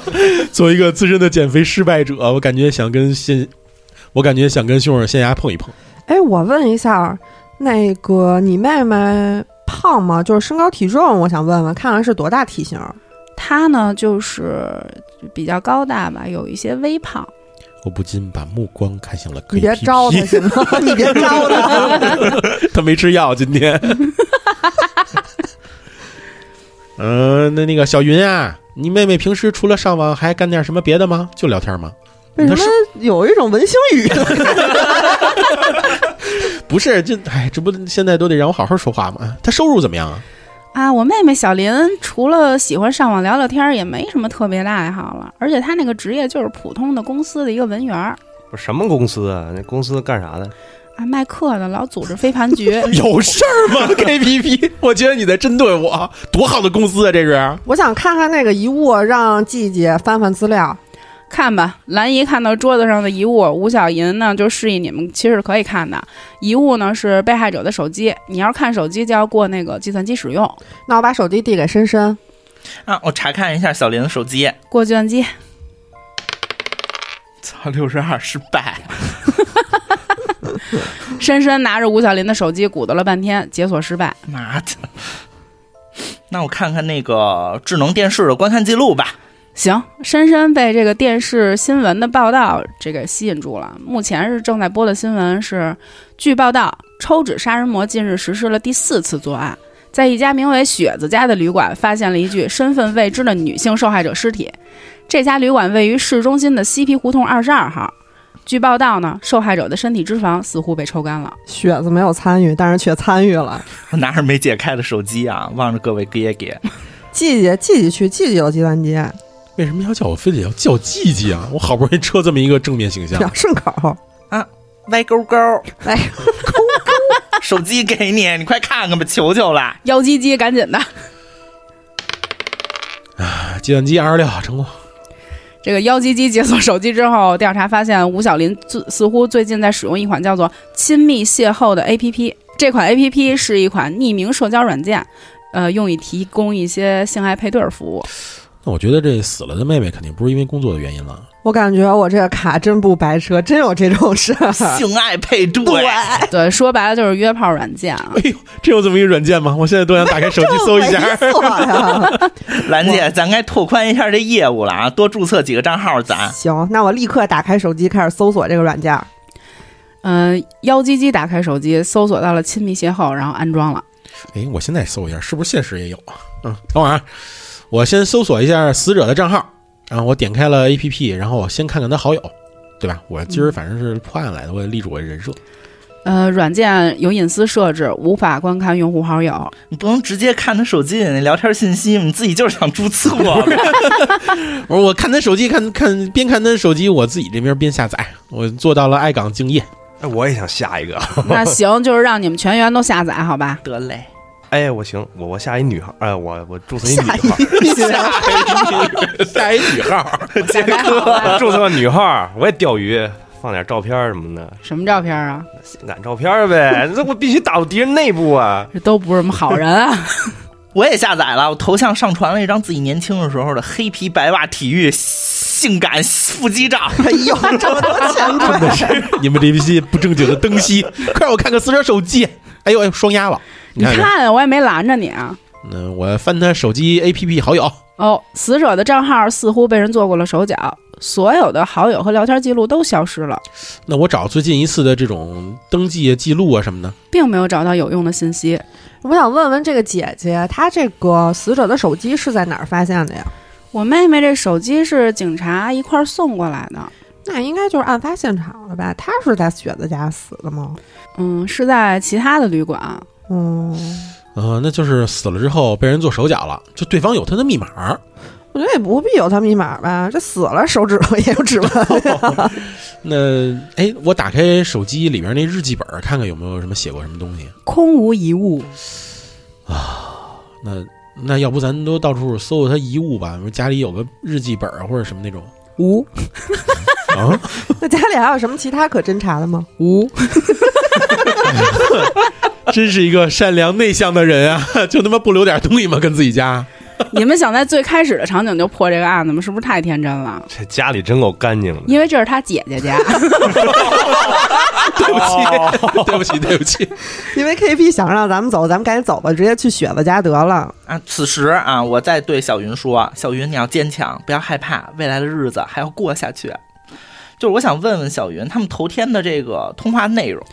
S3: 作为一个资深的减肥失败者，我感觉想跟现，我感觉想跟凶手县衙碰一碰。
S2: 哎，我问一下，那个你妹妹胖吗？就是身高体重，我想问问，看看是多大体型？
S1: 他呢就是比较高大吧，有一些微胖。
S3: 我不禁把目光看向了 KPP，
S2: 你别招他行吗？ 你别招他。
S3: 他没吃药今 天。嗯、那那个小云啊，你妹妹平时除了上网还干点什么别的吗？就聊天吗？
S2: 为什
S3: 她是
S2: 么有一种文星语？
S3: 不是这？哎，这不现在都得让我好好说话吗？她收入怎么样啊？
S1: 啊，我妹妹小林除了喜欢上网聊聊天儿，也没什么特别的爱好了。而且她那个职业就是普通的公司的一个文员儿
S5: 不是什么公司啊？那公司干啥的？
S1: 啊，卖课的，老组织飞盘局。
S3: 有事儿 吗？KPP，我觉得你在针对我，多好的公司啊！这是
S2: 我想看看那个遗物，让季姐翻翻资料。
S1: 看吧，兰姨看到桌子上的遗物，吴小银呢就示意你们其实是可以看的。遗物呢是被害者的手机，你要是看手机就要过那个计算机使用，
S2: 那我把手机递给深深，
S4: 啊，我查看一下小林的手机。
S1: 过计算机。
S4: 操，六十二失败。
S1: 深深拿着吴小林的手机鼓捣了半天，解锁失败。
S4: 妈的！那我看看那个智能电视的观看记录吧。
S1: 行，深深被这个电视新闻的报道这个吸引住了。目前是正在播的新闻是，据报道，抽脂杀人魔近日实施了第四次作案，在一家名为“雪子家”的旅馆发现了一具身份未知的女性受害者尸体。这家旅馆位于市中心的西皮胡同二十二号。据报道呢，受害者的身体脂肪似乎被抽干了。
S2: 雪子没有参与，但是却参与了。
S4: 我 拿着没解开的手机啊，望着各位哥哥。
S2: 季姐，季姐去，季姐有计算机，
S3: 为什么要叫我非得要叫季季啊？我好不容易车这么一个正面形
S2: 比
S3: 象
S2: 较，顺口。
S4: 歪勾勾，
S2: 来，
S4: 手机给你，你快看看吧，求求啦！
S1: 幺鸡鸡，赶紧的！
S3: 哎计算机二十六成功。
S1: 这个幺七七解锁手机之后，调查发现吴小林最似乎最近在使用一款叫做“亲密邂逅”的 APP。这款 APP 是一款匿名社交软件，呃，用以提供一些性爱配对儿服务。
S3: 那我觉得这死了的妹妹肯定不是因为工作的原因了。
S2: 我感觉我这个卡真不白车，真有这种事儿。
S4: 性爱配对，
S1: 对，说白了就是约炮软件啊。
S3: 哎呦，这有这么一个软件吗？我现在都想打开手机搜一 下。
S2: 这么猥琐呀
S4: 兰姐，咱该拓宽一下这业务了啊，多注册几个账号，咱
S2: 行，那我立刻打开手机开始搜索这个软件儿。
S1: 嗯、幺七七打开手机搜索到了“亲密邂逅”，然后安装了。
S3: 哎，我现在搜一下，是不是现实也有啊？嗯，等会儿啊，我先搜索一下死者的账号，然后我点开了 APP，然后我先看看他好友，对吧？我今儿反正是破案来的，我也立住我的人设。
S1: 呃，软件有隐私设置，无法观看用户好友。
S4: 你不能直接看他手机里那聊天信息吗，你自己就是想注 册呗
S3: 我说我看他手机，看看边看他手机，我自己这边边下载，我做到了爱岗敬业。
S5: 哎，我也想下一个。
S1: 那行，就是让你们全员都下载，好 吧？
S4: 得嘞，
S5: 哎，我行，我我下一女孩，哎，我我注册一女孩，
S3: 下一女号，
S4: 杰
S1: 载好啊
S4: 哥，
S1: 吧
S5: 注册个女号，我也钓鱼，放点照片什么的，
S1: 什么照片啊？
S5: 性感照片 呗。这我必须打入敌人内部啊！
S1: 这都不是什么好人啊！
S4: 我也下载了，我头像上传了一张自己年轻的时候的黑皮白袜体育性感腹肌照。
S2: 哎呦，这么多前
S3: 真的
S2: 缀，
S3: 是你们这些不正经的灯西，快让我看看死者手机。哎呦哎呦，双压了！你
S1: 你
S3: 看看，
S1: 看啊，我也没拦着你啊。
S3: 嗯，我翻他手机 APP 好友，
S1: 哦，死者的账号似乎被人做过了手脚，所有的好友和聊天记录都消失了，
S3: 那我找最近一次的这种登记记录啊什么的。
S1: 并没有找到有用的信息。
S2: 我想问问这个姐姐，她这个死者的手机是在哪儿发现的呀？
S1: 我妹妹这手机是警察一块儿送过来的，
S2: 那应该就是案发现场了吧？她是在雪子家死的吗？
S1: 嗯，是在其他的旅馆。
S2: 嗯，
S3: 呃，那就是死了之后被人做手脚了，就对方有他的密码儿，
S2: 我觉得也不必有她密码吧，这死了手指头也有指纹。
S3: 那哎，我打开手机里边那日记本儿，看看有没有什么写过什么东西。
S1: 空无一物，
S3: 那那要不咱都到处搜搜他遗物吧？家里有个日记本儿或者什么那种
S1: 无
S3: 啊？
S2: 那家里还有什么其他可侦查的吗？
S1: 无，
S3: 真是一个善良内向的人啊！ 就他妈不留点东西吗？跟自己家
S1: 你们想在最开始的场景就破这个案子吗？是不是太天真了？
S5: 这家里真够干净的。
S1: 因为这是他姐姐 家，
S3: 对不起， 对不起，对不起。
S2: 因为 KP 想让咱们走，咱们赶紧走吧，直接去雪子家得了。
S4: 啊，此时啊，我在对小云说：“小云，你要坚强，不要害怕，未来的日子还要过下去。”就是我想问问小云，他们头天的这个通话内容，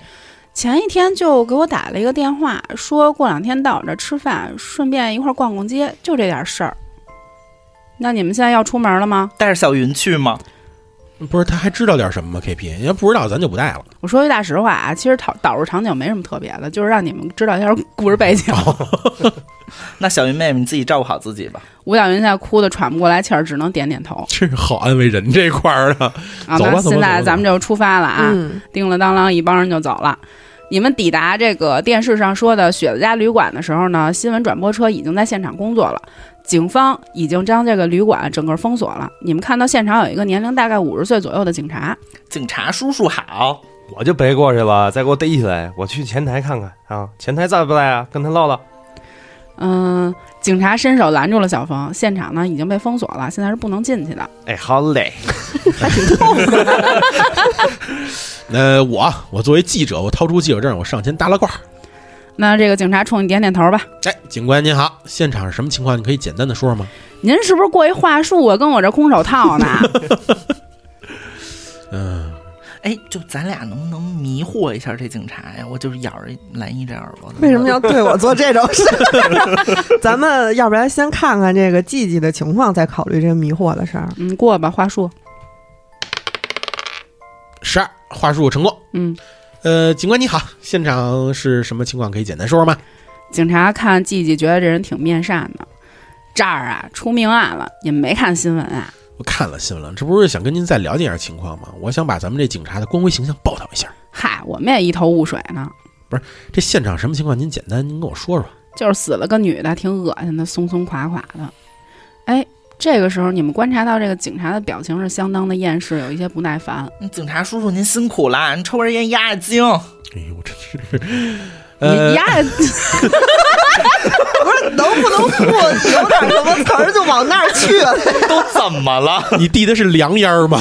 S1: 前一天就给我打了一个电话，说过两天到我这儿吃饭，顺便一块儿逛逛街，就这点事儿。那你们现在要出门了吗？
S4: 带着小云去吗？
S3: 不是，他还知道点什么吗？KP，人家不知道，咱就不带了。
S1: 我说句大实话啊，其实导导入场景没什么特别的，就是让你们知 道一下故事背景。
S3: 哦
S4: 那小云妹妹，你自己照顾好自己吧。
S1: 吴小云现在哭得喘不过来气儿，只能点点头
S3: 真是好安慰人这块儿的。
S1: 啊。
S3: 走吧
S1: 那现
S3: 走吧走吧
S1: 在
S3: 走
S1: 咱们就出发了啊，
S2: 嗯，
S1: 叮了当啷一帮人就走了。你们抵达这个电视上说的雪子家旅馆的时候呢，新闻转播车已经在现场工作了，警方已经将这个旅馆整个封锁了。你们看到现场有一个年龄大概五十岁左右的警察，
S4: 警察叔叔好，
S5: 我就背过去了，再给我逮起来，我去前台看看啊，前台在不在啊？跟他唠唠。
S1: 嗯、警察伸手拦住了小冯，现场呢已经被封锁了，现在是不能进去的。
S5: 哎，好嘞，
S3: 呃，我我作为记者，我掏出记者证，我上前搭了褂儿。
S1: 那这个警察冲你点点头吧。
S3: 哎，警官您好，现场是什么情况？你可以简单的说说吗？
S1: 您是不是过一话术啊？跟我这空手套呢？
S3: 嗯、
S4: 哎，就咱俩能不能迷惑一下这警察呀？我就是咬着蓝一这耳朵。
S2: 为什么要对我做这种事？ 咱们要不然先看看这个季季的情况，再考虑这个迷惑的事儿。
S1: 嗯，过吧，话术。
S3: 1十二话术成功。
S1: 嗯，
S3: 呃，警官你好，现场是什么情况？可以简单说说吗？
S1: 警察看季季，觉得这人挺面善的。这儿啊，出命案了，你们没看新闻啊？
S3: 我看了新闻了，这不是想跟您再了解一下情况吗？我想把咱们这警察的光辉形象报道一下。
S1: 嗨，我们也一头雾水呢。
S3: 这现场什么情况？您简单您跟我说说。
S1: 就是死了个女的，挺恶心的，松松垮垮的。哎，这个时候，你们观察到这个警察的表情是相当的厌世，有一些不耐烦。
S4: 嗯警察叔叔您辛苦啦，您抽根烟压压惊。
S3: 哎呦，真是，
S1: 你
S3: 呃，
S1: 呀，
S2: 不是能不能不有点什么词儿就往那儿去了？
S4: 都怎么了？
S3: 你递的是凉烟 儿吗？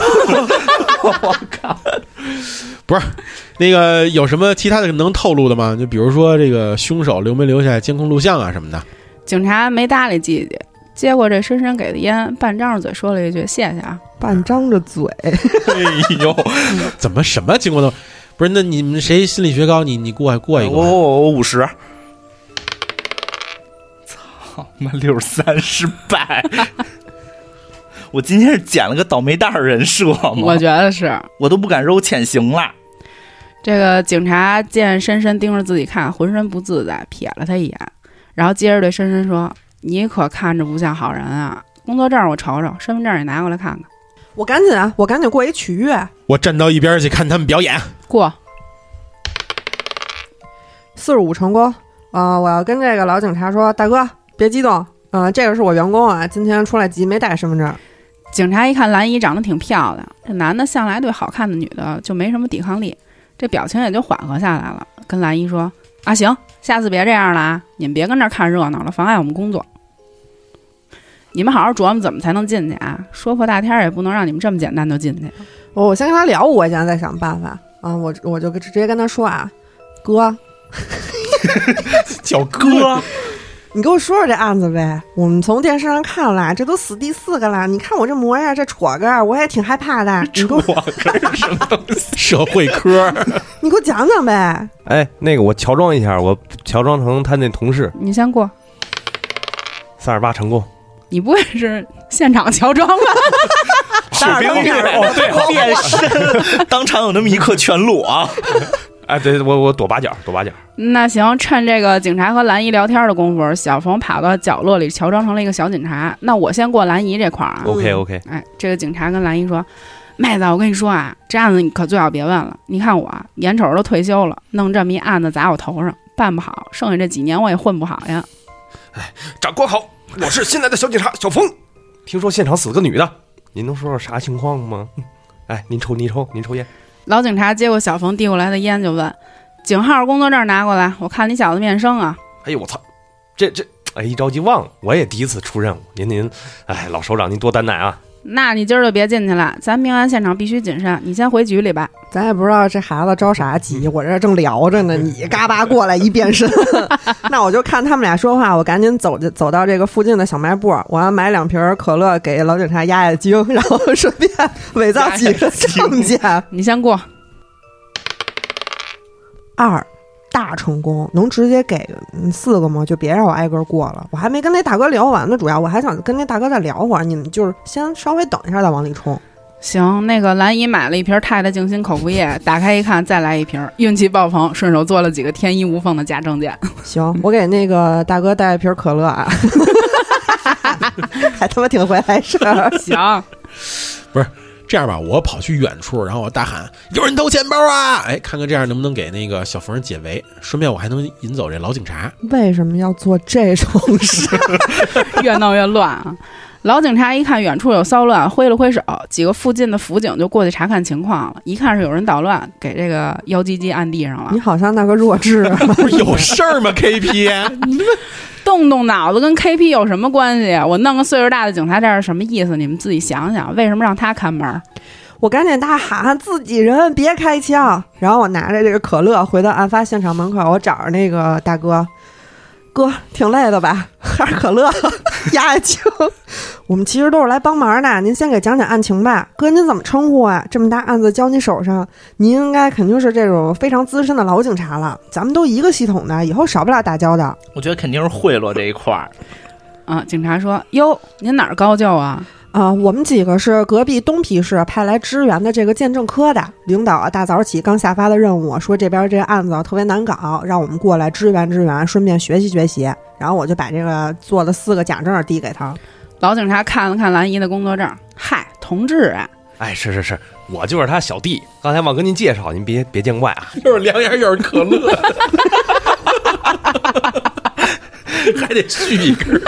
S4: 我靠！
S3: 不是，那个有什么其他的能透露的吗？就比如说这个凶手留没留下监控录像啊什么的。
S1: 警察没搭理季姐，接过这深深给的烟，半张着嘴说了一句：“谢谢啊。
S2: 半张着嘴，
S4: 哎呦，
S3: 怎么什么情况都不是？那你们谁心理学高？你你过来过来一
S4: 我
S3: 过来。
S4: 我我哦五十。操妈六十三失败！ 我今天是捡了个倒霉蛋儿人设吗？
S1: 我觉得是
S4: 我都不敢揉潜行了。
S1: 这个警察见深深盯着自己看，浑身不自在，瞥了他一眼，然后接着对深深说：“你可看着不像好人啊！工作证我瞅瞅，身份证也拿过来看看。
S2: 我赶紧啊，我赶紧过一取悦，
S3: 我站到一边去看他们表演。
S1: 过，
S2: 四十五成功。啊、我要跟这个老警察说，大哥别激动，嗯、这个是我员工啊，今天出来急没带身份证。
S1: 警察一看兰姨长得挺漂亮，这男的向来对好看的女的就没什么抵抗力，这表情也就缓和下来了，跟兰姨说：“啊，行，下次别这样了啊，你们别跟这儿看热闹了，妨碍我们工作。你们好好琢磨怎么才能进去啊！说破大天儿也不能让你们这么简单就进去。
S2: 我我先跟他聊，我现在在想办法啊、我我就直接跟他说啊，哥，
S3: 叫哥，
S2: 你给我说说这案子呗，我们从电视上看了，这都死第四个了，你看我这模样，这戳个儿，我也挺害怕 的，你给我
S4: 我可是什么东西？
S3: 社会科，
S2: 你给我讲讲呗。
S5: 哎，那个我乔装一下，我乔装成他那同事，
S1: 你先过，
S5: 三十八成功。
S1: 你不会是现场乔装吧？
S5: 士兵月哦，对，好
S4: 变身，当场有那么一刻全裸、啊
S5: 哎，对我我躲八角，躲八角。
S1: 那行，趁这个警察和兰姨聊天的功夫，小冯跑到角落里乔装成了一个小警察。那我先过兰姨这块儿啊。
S5: OK OK，
S1: 哎，这个警察跟兰姨说：“妹子，我跟你说啊，这案子你可最好别问了。你看我啊眼瞅着都退休了，弄这么一案子砸我头上，办不好，剩下这几年我也混不好呀。
S5: 长官好，我是新来的小警察小峰。听说现场死个女的，您能说说啥情况吗？ 哎，您抽，您抽，您抽烟。”
S1: 老警察接过小冯递过来的烟，就问：“警号、工作证拿过来，我看你小子面生啊。
S5: 哎呦，我操，这这，哎，一着急忘了，我也第一次出任务。您您，哎，老首长您多担待啊。
S1: 那你今儿就别进去了，咱命案现场必须谨慎，你先回局里吧。”
S2: 咱也不知道这孩子着啥急，我这正聊着呢，你嘎巴过来一变身， 那我就看他们俩说话，我赶紧走着走到这个附近的小卖部，我要买两瓶可乐给老警察压压惊，然后顺便 伪造几个证件。
S1: 你先过，
S2: 二大成功，能直接给嗯四个吗？就别让我挨个过了。我还没跟那大哥聊完呢，主要我还想跟那大哥再聊会儿，你们就是先稍微等一下再往里冲。
S1: 行，那个兰姨买了一瓶太太静心口服液，打开一看，再来一瓶，运气爆棚，顺手做了几个天衣无缝的假证件。
S2: 行，我给那个大哥带一瓶可乐啊， 还他妈挺会来事儿。
S1: 行，
S3: 这样吧，我跑去远处，然后我大喊：“有人偷钱包啊！”哎，看看这样能不能给那个小冯解围，顺便我还能引走这老警察。
S2: 为什么要做这种事？
S1: 越闹越乱啊！老警察一看远处有骚乱，挥了挥手，几个附近的辅警就过去查看情况了。一看是有人捣乱，给这个幺鸡鸡按地上了
S2: 你，好像那个弱智啊，
S3: 不是有事儿吗？KP，
S1: 动动脑子跟 KP 有什么关系？啊我弄个岁数大的警察这是什么意思？你们自己想想，为什么让他看门？
S2: 我赶紧大喊：“自己人，别开枪！”然后我拿着这个可乐回到案发现场门口，我找着那个大哥，哥挺累的吧？喝点可乐压压惊。我们其实都是来帮忙的，您先给讲讲案情吧。哥，您怎么称呼啊？这么大案子交你手上，您应该肯定是这种非常资深的老警察了。咱们都一个系统的，以后少不了打交道。
S4: 我觉得肯定是贿赂这一块儿。
S1: 啊，警察说：“哟，您哪儿高就啊？
S2: 啊、我们几个是隔壁东皮市派来支援的这个鉴证科的领导啊，大早起刚下发的任务，说这边这案子啊特别难搞，让我们过来支援支援，顺便学习学习。然后我就把这个做的四个假证递给他，
S1: 老警察看了看兰姨的工作证，嗨，同志啊，
S5: 哎，是是是，我就是他小弟。刚才忘跟您介绍，您别别见怪啊。
S3: 又是凉眼，又是可乐。还得续一根儿。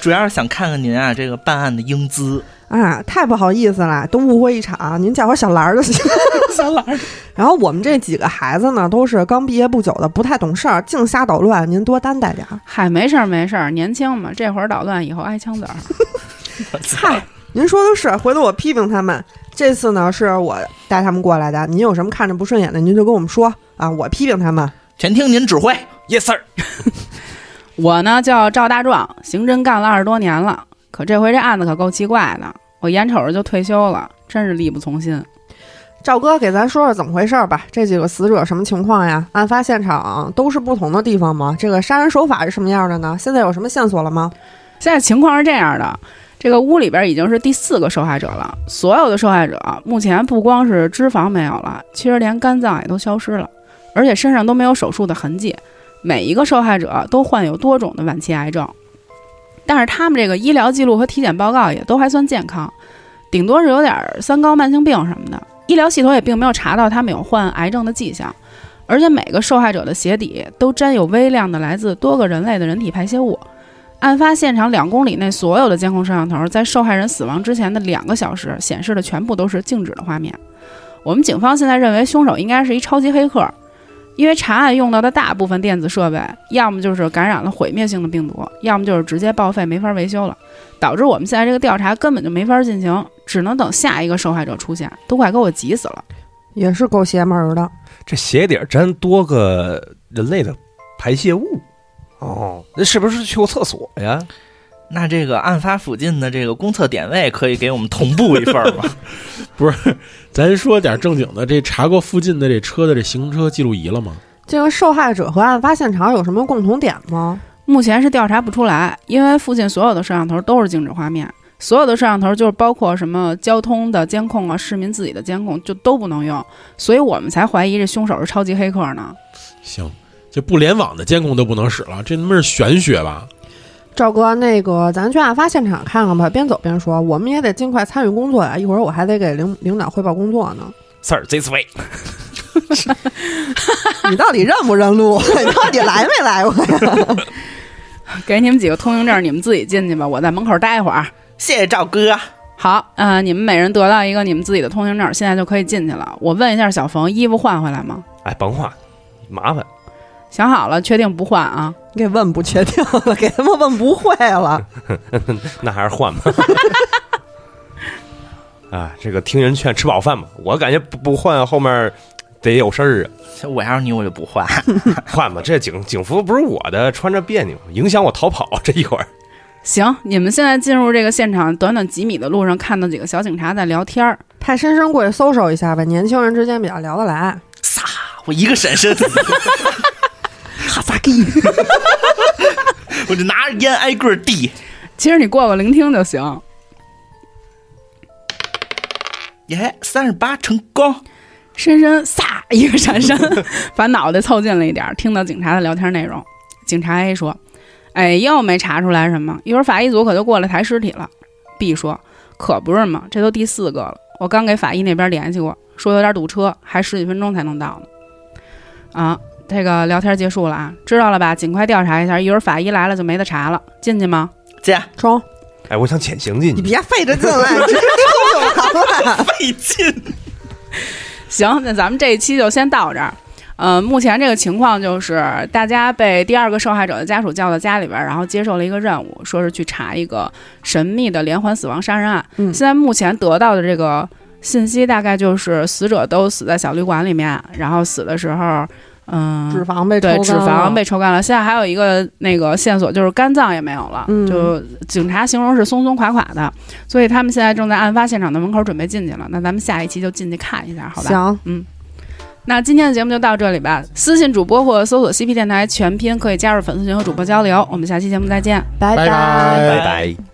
S4: 主要是想看看您啊这个办案的英姿。
S2: 啊，太不好意思了，都误会一场。您叫我小兰儿就行。
S1: 小懒儿，
S2: 然后我们这几个孩子呢，都是刚毕业不久的，不太懂事儿，净瞎捣乱，您多担待点儿。
S1: 嗨，没事儿没事儿，年轻嘛，这会儿捣乱，以后挨枪子儿。
S2: 嗨，您说的是，回头我批评他们。这次呢，是我带他们过来的，您有什么看着不顺眼的，您就跟我们说啊，我批评他们。
S4: 全听您指挥。
S5: ，yes sir，
S1: 我呢叫赵大壮，刑侦干了二十多年了，可这回这案子可够奇怪的，我眼瞅着就退休了，真是力不从心。
S2: 赵哥给咱说说怎么回事儿吧？这几个死者什么情况呀？案发现场都是不同的地方吗？这个杀人手法是什么样的呢？现在有什么线索了吗？
S1: 现在情况是这样的，这个屋里边已经是第四个受害者了，所有的受害者目前不光是脂肪没有了，其实连肝脏也都消失了，而且身上都没有手术的痕迹。每一个受害者都患有多种的晚期癌症，但是他们这个医疗记录和体检报告也都还算健康，顶多是有点儿三高、慢性病什么的。医疗系统也并没有查到他们有患癌症的迹象，而且每个受害者的鞋底都沾有微量的来自多个人类的人体排泄物。案发现场两公里内所有的监控摄像头，在受害人死亡之前的两个小时显示的全部都是静止的画面。我们警方现在认为凶手应该是一超级黑客，因为查案用到的大部分电子设备，要么就是感染了毁灭性的病毒，要么就是直接报废没法维修了，导致我们现在这个调查根本就没法进行，只能等下一个受害者出现，都快给我急死了。
S2: 也是够邪门儿的。
S5: 这鞋底儿沾多个人类的排泄物。哦，那是不是去过厕所呀？
S4: 那这个案发附近的这个公厕点位可以给我们同步一份儿 吗？
S3: 咱说点正经的，这查过附近的这车的这行车记录仪了吗？
S2: 这个受害者和案发现场有什么共同点吗？
S1: 目前是调查不出来，因为附近所有的摄像头都是静止画面，所有的摄像头就是包括什么交通的监控啊、市民自己的监控，就都不能用，所以我们才怀疑这凶手是超级黑客呢。
S3: 行，这不联网的监控都不能使了，这他妈是玄学吧？
S2: 赵哥，那个咱去案发现场看看吧，边走边说，我们也得尽快参与工作呀。一会儿我还得给领领导汇报工作呢。
S5: Sir this way，
S2: 你到底认不认路？ 你到底来没来过呀？
S1: 给你们几个通行证，你们自己进去吧，我在门口待会儿。
S4: 谢谢赵哥。啊
S1: 好，呃，你们每人得到一个你们自己的通行证，现在就可以进去了。我问一下小冯，衣服换回来吗？
S5: 哎，甭换，麻烦。
S1: 想好了，确定不换啊？
S2: 你给问不确定了，给他们问不会了。
S5: 那还是换吧。 啊，这个听人劝，吃饱饭吧。我感觉不不换后面得有事儿啊，
S4: 我要是你，我就不换。
S5: 换吧。这警警服不是我的，穿着别扭，影响我逃跑。这一会儿
S1: 行，你们现在进入这个现场，短短几米的路上看到几个小警察在聊天儿。
S2: 派深深过去搜搜一下呗，年轻人之间比较聊得来。
S4: 撒，我一个闪身，
S2: 哈萨基，
S4: 我就拿着烟挨个儿递。
S1: 其实你过过聆听就行。
S4: 耶，三十八成功，
S1: 深深撒一个闪身，把脑袋凑近了一点儿，听到警察的聊天内容。警察 A 说：“哎，又没查出来什么，一会儿法医组可就过来抬尸体了。”B 说：“可不是嘛，这都第四个了，我刚给法医那边联系过，说有点堵车，还十几分钟才能到呢。”啊，这个聊天结束了啊，知道了吧？尽快调查一下，一会儿法医来了就没得查了。进去吗？
S4: 姐
S2: 冲！
S5: 哎，我想潜行进
S2: 你
S5: 去。
S2: 别费着劲来，你直接冲就完了。
S4: 费劲。
S1: 行，那咱们这一期就先到这儿。呃，目前这个情况就是，大家被第二个受害者的家属叫到家里边儿，然后接受了一个任务，说是去查一个神秘的连环死亡杀人案。
S2: 嗯
S1: 现在目前得到的这个信息大概就是，死者都死在小旅馆里面，然后死的时候，嗯、
S2: 脂肪被抽
S1: 对
S2: 干，
S1: 脂肪被抽干了。现在还有一个那个线索就是肝脏也没有了，
S2: 嗯
S1: 就警察形容是松松垮垮的，所以他们现在正在案发现场的门口准备进去了。那咱们下一期就进去看一下，好吧？
S2: 行，
S1: 那今天的节目就到这里吧。私信主播或搜索 CP 电台全拼，可以加入粉丝群和主播交流。我们下期节目再见。
S2: 拜
S3: 拜拜
S5: 拜拜。